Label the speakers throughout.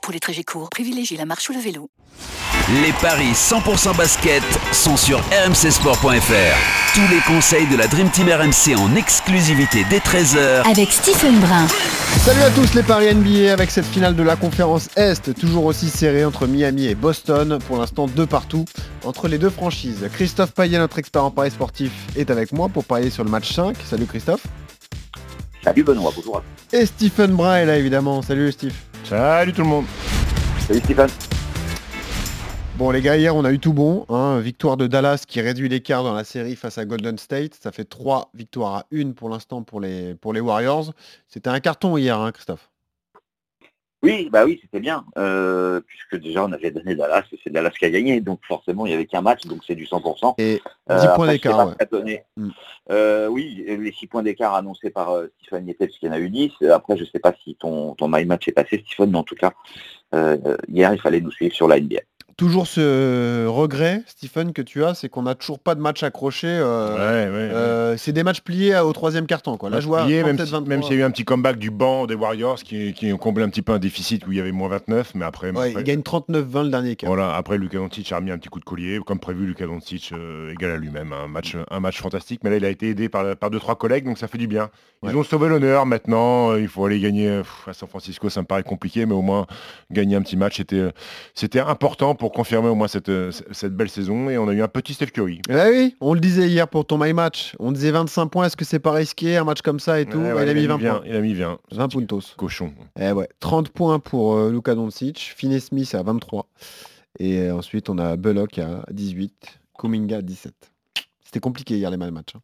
Speaker 1: Pour les trajets courts, privilégiez la marche ou le vélo.
Speaker 2: Les paris 100% basket sont sur rmcsport.fr. Tous les conseils de la Dream Team RMC en exclusivité dès 13h
Speaker 1: Avec Stephen Brun.
Speaker 3: Salut à tous les paris NBA avec cette finale de la conférence Est, toujours aussi serrée entre Miami et Boston, pour l'instant deux partout entre les deux franchises. Christophe Payet, notre expert en paris sportif, est avec moi pour parier sur le match 5. Salut Christophe.
Speaker 4: Salut Benoît, bonjour.
Speaker 3: Et Stephen Brun est là évidemment. Salut Steve.
Speaker 5: Salut tout le monde.
Speaker 4: Salut Stéphane.
Speaker 3: Bon les gars, hier on a eu tout bon. hein. Victoire de Dallas qui réduit l'écart dans la série face à Golden State. Ça fait trois victoires à une pour l'instant pour les, pour les Warriors. C'était un carton hier, hein, Christophe.
Speaker 4: Oui, bah oui, c'était bien, euh, puisque déjà on avait donné Dallas, et c'est Dallas qui a gagné, donc forcément il n'y avait qu'un match, donc c'est du 100%.
Speaker 3: Et 10
Speaker 4: Euh, après,
Speaker 3: points
Speaker 4: je sais pas
Speaker 3: d'écart. ouais.
Speaker 4: ce qu'a donné.
Speaker 3: Mm.
Speaker 4: Euh, oui, les 6 points d'écart annoncés par euh, Stéphane Yepes, parce qu'il y en a eu 10. Euh, Après, je ne sais pas si ton, ton my match est passé, Stéphane, mais en tout cas, euh, hier, il fallait nous suivre sur la NBA.
Speaker 3: toujours ce regret, Stephen, que tu as, c'est qu'on n'a toujours pas de match accroché. euh,
Speaker 5: Ouais, ouais.
Speaker 3: euh, c'est des matchs pliés à- au troisième carton. Quoi. Là, je vois
Speaker 5: Oublié, même, si-
Speaker 3: 37-23.
Speaker 5: même s'il y a eu un petit comeback du banc des Warriors qui, qui ont comblé un petit peu un déficit où il y avait moins 29, mais après,
Speaker 3: Ouais,
Speaker 5: après-
Speaker 3: il gagne 39-20 le dernier quart.
Speaker 5: voilà, après Luka Doncic a remis un petit coup de collier. Comme prévu, Luka Doncic euh, égal à lui-même. Un match, un match fantastique, mais là il a été aidé par, par deux, trois collègues, donc ça fait du bien. Ils
Speaker 3: Ouais.
Speaker 5: ont sauvé l'honneur maintenant. euh, Il faut aller gagner euh, pff, à San Francisco, ça me paraît compliqué, mais au moins gagner un petit match, c'était, euh, c'était important pour confirmer au moins cette, euh, cette belle saison. Et on a eu un petit Steph Curry.
Speaker 3: Ah oui, on le disait hier pour ton My Match. On disait 25 points, est-ce que c'est pas risqué un match comme ça et tout
Speaker 5: Ouais,
Speaker 3: Bah,
Speaker 5: ouais,
Speaker 3: Il a mis 20
Speaker 5: 20,
Speaker 3: points.
Speaker 5: il a mis 20.
Speaker 3: 20 puntos.
Speaker 5: Cochon.
Speaker 3: Eh ouais, 30 points pour euh, Luka Doncic, Finney Smith à 23. Et euh, ensuite, on a Bullock à 18, Kuminga à 17. C'était compliqué hier les My Match. hein.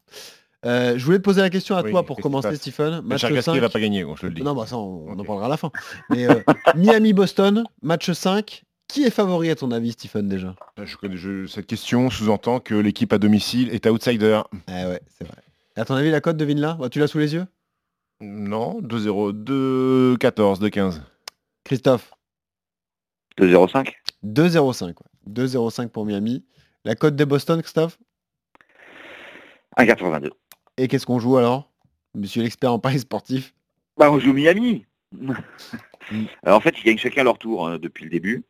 Speaker 3: Euh, je voulais te poser la question à
Speaker 5: Oui,
Speaker 3: toi pour
Speaker 5: qu'est-ce qui
Speaker 3: commencer,
Speaker 5: se passe
Speaker 3: Stephen.
Speaker 5: Mais
Speaker 3: Match
Speaker 5: Cherkasky
Speaker 3: 5.
Speaker 5: va pas gagner, bon, je te le dis.
Speaker 3: Non, bah ça, on, on en
Speaker 5: Ok.
Speaker 3: parlera à la fin. Mais euh, Miami-Boston, match 5. Qui est favori à ton avis, Stephen, déjà
Speaker 5: Bah, Je connais- je- cette question sous-entend que l'équipe à domicile est outsider.
Speaker 3: Eh ouais, c'est vrai. À ton avis, la cote, devine là Bah, Tu l'as sous les yeux
Speaker 5: Non, 2-0, 2-14, 2-15.
Speaker 3: Christophe,
Speaker 4: 2-0-5
Speaker 3: 2-0-5. ouais. 2-0-5 pour Miami. La cote des Boston, Christophe
Speaker 4: 1-82.
Speaker 3: Et qu'est-ce qu'on joue alors Monsieur l'expert en paris sportif.
Speaker 4: Bah, on joue Miami.
Speaker 3: Mm.
Speaker 4: Euh, en fait, ils gagnent chacun leur tour hein, depuis le début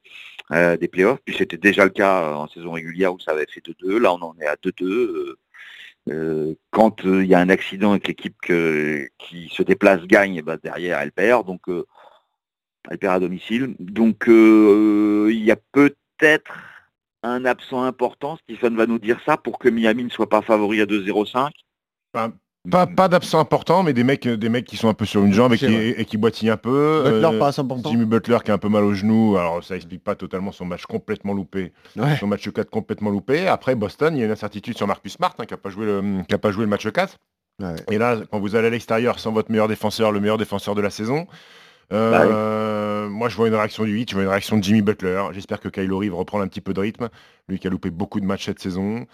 Speaker 4: euh, des playoffs. Puis c'était déjà le cas euh, en saison régulière où ça avait fait 2-2. Là, on en est à 2-2. Euh, euh, quand euh, il y a un accident et que l'équipe que- qui se déplace gagne, eh ben, derrière, elle perd. Donc, euh, elle perd à domicile. Donc, euh, il y a peut-être un absent important. Stephen va nous dire ça pour que Miami ne soit pas favori à 2-0-5.
Speaker 5: Pas, pas, pas d'absent important, mais des mecs, des mecs qui sont un peu sur une jambe et
Speaker 3: C'est
Speaker 5: qui,
Speaker 3: vrai.
Speaker 5: et qui boitillent un peu.
Speaker 3: Butler
Speaker 5: Euh,
Speaker 3: pas à 100%.
Speaker 5: Jimmy Butler qui a un peu mal au genou, alors ça explique pas totalement son match complètement loupé.
Speaker 3: Ouais.
Speaker 5: Son match 4 complètement loupé. Après Boston, il y a une incertitude sur Marcus Smart hein, qui n'a pas, joué le- qui a pas joué le match 4.
Speaker 3: Ouais.
Speaker 5: Et là, quand vous allez à l'extérieur sans votre meilleur défenseur, le meilleur défenseur de la saison, euh, moi je vois une réaction du hit, je vois une réaction de Jimmy Butler. J'espère que Kylo Reeve reprend un petit peu de rythme, lui qui a loupé beaucoup de matchs cette saison.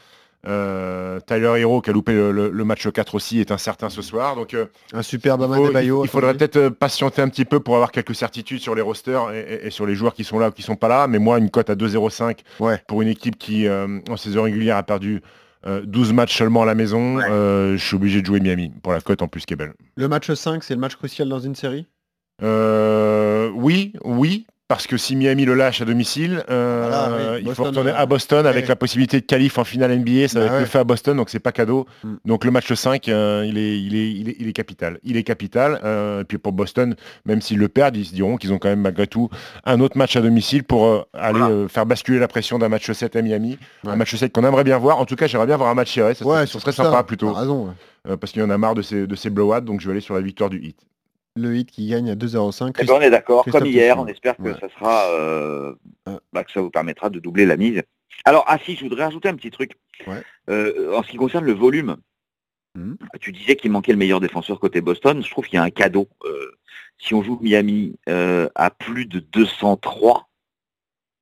Speaker 5: Euh, Tyler Hero qui a loupé le, le- le match 4 aussi est incertain ce soir. Donc euh,
Speaker 3: Un superbe
Speaker 5: faut-
Speaker 3: Amade Bayo.
Speaker 5: il faudrait peut-être euh, patienter un petit peu pour avoir quelques certitudes sur les rosters et, et- et sur les joueurs qui sont là ou qui sont pas là. Mais moi, une cote à 2,05
Speaker 3: Ouais.
Speaker 5: pour une équipe qui, euh, en saison régulière, a perdu euh, 12 matchs seulement à la maison, euh, je suis obligé de jouer Miami pour la cote en plus qui est belle.
Speaker 3: Le match 5, c'est le match crucial dans une série
Speaker 5: Euh, oui, oui. Parce que si Miami le lâche à domicile, euh,
Speaker 3: Voilà, oui,
Speaker 5: il faut
Speaker 3: Boston,
Speaker 5: retourner
Speaker 3: euh,
Speaker 5: à Boston avec
Speaker 3: ouais.
Speaker 5: la possibilité de qualif en finale NBA. Ça va
Speaker 3: Bah
Speaker 5: être
Speaker 3: ouais.
Speaker 5: le fait à Boston, donc c'est pas cadeau.
Speaker 3: Mm.
Speaker 5: Donc le match 5, euh, il, est, il, est, il, est, il est capital. Il est capital. euh, et puis pour Boston, même s'ils le perdent, ils se diront qu'ils ont quand même malgré tout un autre match à domicile pour euh, aller euh, faire basculer la pression d'un match 7 à Miami.
Speaker 3: Ouais.
Speaker 5: Un match 7 qu'on aimerait bien voir. En tout cas, j'aimerais bien voir un match serré. Ça serait- ça serait
Speaker 3: ça,
Speaker 5: sympa plutôt.
Speaker 3: t'as raison. ouais.
Speaker 5: euh, parce qu'il y en a marre de ces, de ces blowouts. Donc je vais aller sur la victoire du hit.
Speaker 3: Le hit qui gagne à 2-0-5.
Speaker 4: Eh ben, on est d'accord,
Speaker 3: Christophe
Speaker 4: comme hier,
Speaker 3: Dufour.
Speaker 4: on espère que
Speaker 3: Ouais.
Speaker 4: ça sera euh,
Speaker 3: Ouais.
Speaker 4: bah, que ça vous permettra de doubler la mise. Alors ah si, je voudrais rajouter un petit truc.
Speaker 3: Ouais.
Speaker 4: Euh, en ce qui concerne le volume,
Speaker 3: Mhm.
Speaker 4: tu disais qu'il manquait le meilleur défenseur côté Boston. Je trouve qu'il y a un cadeau. Euh, si on joue Miami euh, à plus de 203,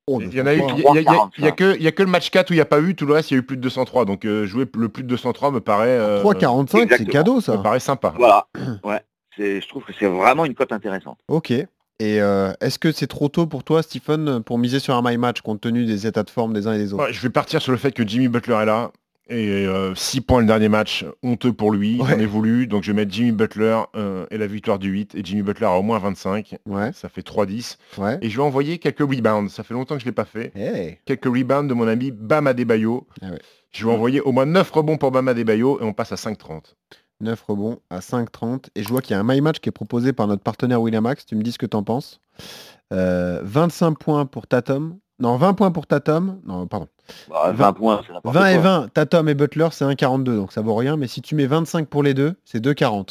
Speaker 3: Oh, On
Speaker 5: Il
Speaker 3: ne
Speaker 5: y en a eu.
Speaker 3: peut pas.
Speaker 5: Il y a- il y a- il y a que il y a que le match 4 où il n'y a pas eu. Tout le reste, il y a eu plus de 203. Donc euh, jouer le plus de 203 me paraît. euh,
Speaker 3: 3,45, c'est
Speaker 4: Exactement.
Speaker 3: cadeau ça.
Speaker 5: me paraît sympa.
Speaker 4: Voilà. Ouais. C'est, je trouve que c'est vraiment une cote intéressante.
Speaker 3: Ok. Et euh, est-ce que c'est trop tôt pour toi, Stephen, pour miser sur un my match compte tenu des états de forme des uns et des autres
Speaker 5: Ouais, je vais partir sur le fait que Jimmy Butler est là. Et 6 points le dernier match, honteux pour lui, il en
Speaker 3: Ouais.
Speaker 5: est voulu. Donc je vais mettre Jimmy Butler euh, et la victoire du 8. Et Jimmy Butler à au moins 25.
Speaker 3: Ouais,
Speaker 5: Ça fait 3-10.
Speaker 3: ouais.
Speaker 5: Et je vais envoyer quelques rebounds. Ça fait longtemps que je ne l'ai pas fait.
Speaker 3: Hey.
Speaker 5: Quelques rebounds de mon ami Bam Adebayo.
Speaker 3: Ah ouais.
Speaker 5: Je vais envoyer au moins 9 rebonds pour Bam Adebayo et on passe à 5-30.
Speaker 3: 9 rebonds à 5,30. Et je vois qu'il y a un my match qui est proposé par notre partenaire Winamax. Tu me dis ce que t'en penses. Euh, 25 points pour Tatum. Non, 20 points pour Tatum. Non, pardon.
Speaker 4: Bah, 20 points, c'est n'importe
Speaker 3: 20 et
Speaker 4: quoi.
Speaker 3: 20, Tatum et Butler, c'est 1,42. Donc ça vaut rien. Mais si tu mets 25 pour les deux, c'est 2,40.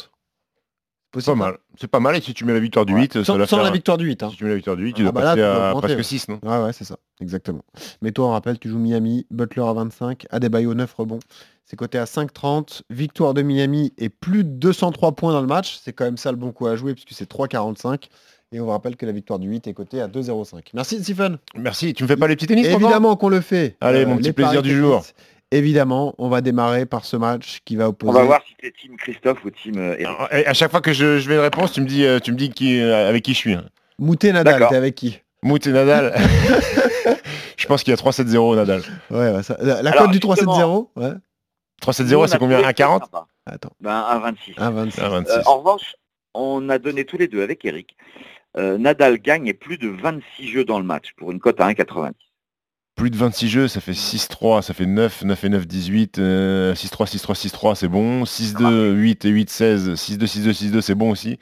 Speaker 5: C'est pas
Speaker 3: Possible.
Speaker 5: mal. C'est pas mal et si tu mets la victoire du
Speaker 3: Ouais.
Speaker 5: 8, ça
Speaker 3: Sans,
Speaker 5: va
Speaker 3: sans
Speaker 5: faire-
Speaker 3: la victoire du 8. Hein.
Speaker 5: Si tu mets la victoire du 8, tu
Speaker 3: Ah
Speaker 5: dois
Speaker 3: bah là,
Speaker 5: passer
Speaker 3: tu dois
Speaker 5: à
Speaker 3: augmenter, ouais.
Speaker 5: presque 6, non
Speaker 3: Ouais, ouais, c'est ça, exactement. Mais toi, on rappelle, tu joues Miami, Butler à 25, Adebayo 9 rebonds. C'est coté à 5,30, victoire de Miami et plus de 203 points dans le match. C'est quand même ça le bon coup à jouer puisque c'est 3,45. Et on vous rappelle que la victoire du 8 est cotée à 2,05. Merci Stephen.
Speaker 5: Merci, tu me fais pas les petits tennis Quentin
Speaker 3: Évidemment qu'on le fait. Euh,
Speaker 5: Allez, mon
Speaker 3: les
Speaker 5: petit plaisir
Speaker 3: paris
Speaker 5: du
Speaker 3: tennis.
Speaker 5: jour.
Speaker 3: Évidemment, on va démarrer par ce match qui va opposer.
Speaker 4: On va voir si t'es team Christophe ou team euh, Eric.
Speaker 5: Alors, et À chaque fois que je, je vais une réponse, tu me dis, euh, tu me dis qui, euh, avec qui je suis. hein.
Speaker 3: Moutet Nadal,
Speaker 4: D'accord.
Speaker 3: t'es avec qui
Speaker 5: Mout et Nadal. je pense qu'il y a 3-7-0 Nadal.
Speaker 3: Ouais, ouais, ça- La, la
Speaker 4: Alors,
Speaker 3: cote du 3-7-0
Speaker 4: justement.
Speaker 3: Ouais.
Speaker 4: Nous, on
Speaker 5: 3-7-0,
Speaker 4: a
Speaker 5: c'est combien
Speaker 4: trouvé que
Speaker 5: 1,40
Speaker 4: c'était sympa.
Speaker 3: Attends,
Speaker 4: Ben, 1,26.
Speaker 3: 1,25.
Speaker 5: Ah, 26.
Speaker 4: Euh, en revanche, on a donné tous les deux avec Eric. euh, Nadal gagne plus de 26 jeux dans le match pour une cote à 1,90.
Speaker 5: Plus de 26 jeux, ça fait 6-3, ça fait 9, 9 et 9, 18, euh, 6-3, 6-3, 6-3, c'est bon. 6-2, 8 et 8, 16, 6-2, 6-2, 6-2, c'est bon aussi.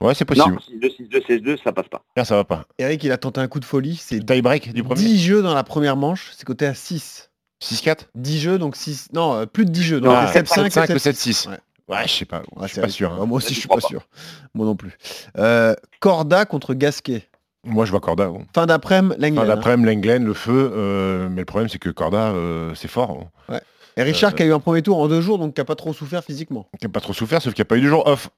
Speaker 5: Ouais, c'est possible.
Speaker 4: Non, 6-2, 6-2, 16-2, ça passe pas.
Speaker 5: Là, ça va pas.
Speaker 3: Eric, il a tenté un coup de folie. C'est
Speaker 5: Tie break du premier
Speaker 3: 10 jeux dans la première manche, c'est coté à 6.
Speaker 5: 6-4
Speaker 3: 10 jeux, donc 6. Non, euh, plus de 10 jeux. Donc
Speaker 4: Non,
Speaker 3: c'est 7-5
Speaker 5: 7-5
Speaker 3: ou
Speaker 5: Ah, ou
Speaker 3: 7-6.
Speaker 5: 7-6.
Speaker 3: Ouais.
Speaker 5: Ouais. je sais pas.
Speaker 3: Ouais,
Speaker 5: je
Speaker 3: c'est
Speaker 5: suis pas
Speaker 3: vrai.
Speaker 5: sûr. hein.
Speaker 3: Ouais, moi aussi,
Speaker 4: J'y
Speaker 3: je suis pas
Speaker 4: crois pas.
Speaker 3: sûr. Moi non plus. Euh, Corda contre Gasquet.
Speaker 5: Moi, je vois Corda. Bon.
Speaker 3: Fin d'après-midi, hein.
Speaker 5: Enfin,
Speaker 3: Langlen.
Speaker 5: L'après-midi, Lenglen, le feu. euh, mais le problème, c'est que Corda, euh, c'est fort. bon.
Speaker 3: hein. Et Richard
Speaker 5: Euh,
Speaker 3: qui a eu un premier tour en deux jours, donc qui a pas trop souffert physiquement.
Speaker 5: Il n'a pas trop souffert, sauf qu'il n'y a pas eu de jour off.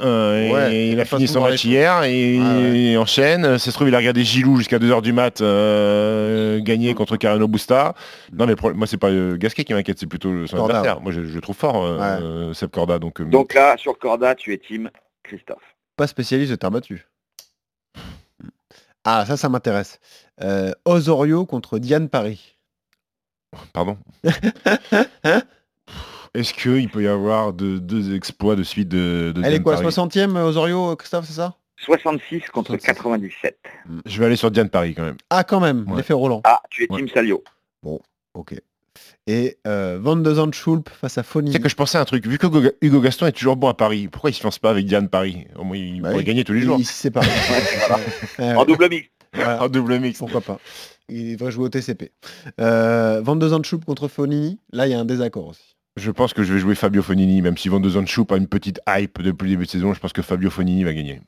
Speaker 5: Euh,
Speaker 3: Ouais,
Speaker 5: et
Speaker 3: il
Speaker 5: il
Speaker 3: a
Speaker 5: a
Speaker 3: pas
Speaker 5: fini
Speaker 3: tout
Speaker 5: son
Speaker 3: dans les
Speaker 5: match hier et
Speaker 3: Ouais, ouais.
Speaker 5: il enchaîne. Euh, Ça se trouve, il a regardé Gilou jusqu'à 2h du mat euh, gagner contre Carano Busta. Non, mais le problème- moi, c'est pas euh, Gasquet qui m'inquiète, c'est plutôt le- son
Speaker 3: Corda,
Speaker 5: adversaire. Moi, je, je le trouve fort, euh,
Speaker 3: Ouais.
Speaker 5: euh, Seb Corda. Donc, euh,
Speaker 3: Mm.
Speaker 4: Donc là, sur Corda, tu es team Christophe.
Speaker 3: Pas spécialiste de terre battue. Ah, ça, ça m'intéresse. Euh, Osorio contre Diane Paris.
Speaker 5: Pardon.
Speaker 3: Hein
Speaker 5: Est-ce qu'il peut y avoir de- deux exploits de suite de, de
Speaker 3: Elle est
Speaker 5: Diane
Speaker 3: quoi,
Speaker 5: Paris
Speaker 3: 60e, euh, Osorio, euh, Christophe, c'est ça
Speaker 4: 66 contre
Speaker 3: 66.
Speaker 4: 97.
Speaker 5: Je vais aller sur Diane Paris quand même.
Speaker 3: Ah, quand même,
Speaker 5: Ouais.
Speaker 3: l'effet Roland.
Speaker 4: Ah, tu es
Speaker 5: Ouais.
Speaker 4: team Salio.
Speaker 3: Ok. Et euh, Van de Zandschulp face à Fonini.
Speaker 5: Tu sais que je pensais à un truc, vu que Hugo- Hugo Gaston est toujours bon à Paris, pourquoi il se lance pas avec Diane Paris Au moins il
Speaker 3: Bah
Speaker 5: pourrait
Speaker 3: oui.
Speaker 5: gagner tous les
Speaker 3: Il-
Speaker 5: jours.
Speaker 3: Il s'y sépare. Ouais,
Speaker 4: En double mix.
Speaker 3: voilà.
Speaker 5: En double mix.
Speaker 3: Pourquoi pas Il devrait jouer au TCP. Euh, 22 ans de choupe contre Fonini. Là, il y a un désaccord aussi.
Speaker 5: Je pense que je vais jouer Fabio Fonini, même si Van de Zandschoup a une petite hype depuis le début de saison, je pense que Fabio Fonini va gagner.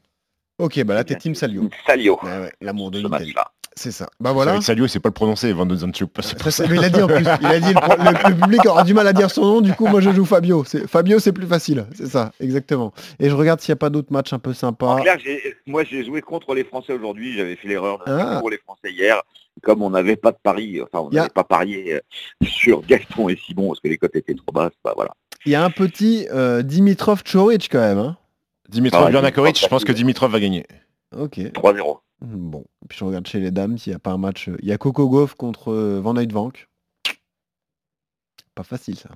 Speaker 3: Ok, bah là, t'es Team
Speaker 4: Bien, tu es
Speaker 3: Salio.
Speaker 4: team Salio.
Speaker 3: Ouais, ouais, L'amour de
Speaker 4: Ce
Speaker 3: l'Italie.
Speaker 4: match-là.
Speaker 3: C'est ça. Bah voilà.
Speaker 5: Avec Salio, c'est pas le prononcer, Van de Zandschoup.
Speaker 3: Ça, c'est- mais il a dit en plus. Il a dit le, pro- le- le public aura du mal à dire son nom. Du coup, moi, je joue Fabio. C'est- Fabio, c'est plus facile. C'est ça, exactement. Et je regarde s'il n'y a pas d'autres matchs un peu
Speaker 4: En
Speaker 3: sympas.
Speaker 4: clair, j'ai- moi j'ai joué contre les Français aujourd'hui, j'avais fait l'erreur de
Speaker 3: Ah.
Speaker 4: jouer pour les Français hier. Comme on n'avait pas de pari, enfin on
Speaker 3: Y a-
Speaker 4: n'avait pas parié euh, sur Gaston et Simon parce que les cotes étaient trop basses, bah voilà.
Speaker 3: Il y a un petit euh, Dimitrov Choric quand même. hein.
Speaker 5: Dimitrov
Speaker 4: Ah,
Speaker 5: Bjornakovic,
Speaker 4: Dimitrov,
Speaker 5: je pense que Dimitrov va gagner.
Speaker 3: Ok.
Speaker 4: 3-0.
Speaker 3: Bon. Puis je regarde chez les dames s'il n'y a pas un match. euh, Il y a Coco Gauff contre euh, Van Vank. Pas facile ça.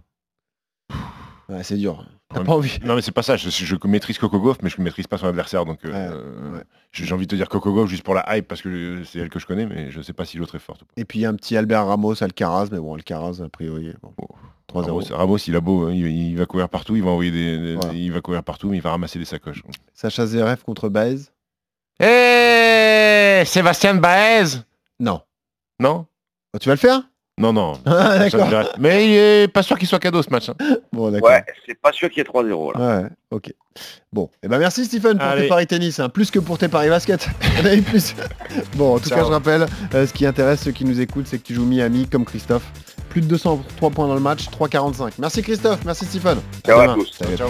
Speaker 3: Ouais, c'est dur. hein. T'as
Speaker 5: Ouais.
Speaker 3: pas envie.
Speaker 5: Non mais c'est pas ça, je, je maîtrise Coco Gauff, mais je ne maîtrise pas son adversaire, donc euh,
Speaker 3: Ouais,
Speaker 5: euh,
Speaker 3: ouais.
Speaker 5: j'ai envie de te dire Coco Gauff juste pour la hype, parce que euh, c'est elle que je connais, mais je sais pas si l'autre est forte. ou pas.
Speaker 3: Et puis il y a un petit Albert Ramos, Alcaraz, mais bon, Alcaraz, a priori. Ah bon,
Speaker 5: Bon.
Speaker 3: 3-0.
Speaker 5: Ramos, Ramos, il a beau, hein, il, il va courir partout, il va envoyer des, des-
Speaker 3: Voilà.
Speaker 5: il va courir partout, mais il va ramasser des sacoches.
Speaker 3: Sacha Zverev contre Baez
Speaker 5: Eh Sébastien Baez
Speaker 3: Non.
Speaker 5: Non
Speaker 3: Oh, tu vas le faire
Speaker 5: Non, non.
Speaker 3: Ah,
Speaker 5: Ça me
Speaker 3: D'accord.
Speaker 5: dirait- Mais il est pas sûr qu'il soit cadeau ce match. hein.
Speaker 3: Bon, d'accord.
Speaker 4: Ouais, c'est pas sûr qu'il y ait 3-0 là.
Speaker 3: Ouais, ok. Bon, et ben merci Stephen pour
Speaker 5: Allez.
Speaker 3: tes paris tennis, hein. plus que pour tes paris basket. On a eu plus. Bon, en tout
Speaker 5: Ciao.
Speaker 3: cas, je rappelle, euh, ce qui intéresse ceux qui nous écoutent, c'est que tu joues Miami comme Christophe. Plus de 203 points dans le match, 3,45. Merci Christophe, merci Stephen. À
Speaker 4: Ciao à
Speaker 3: demain.
Speaker 4: tous.
Speaker 3: Salut.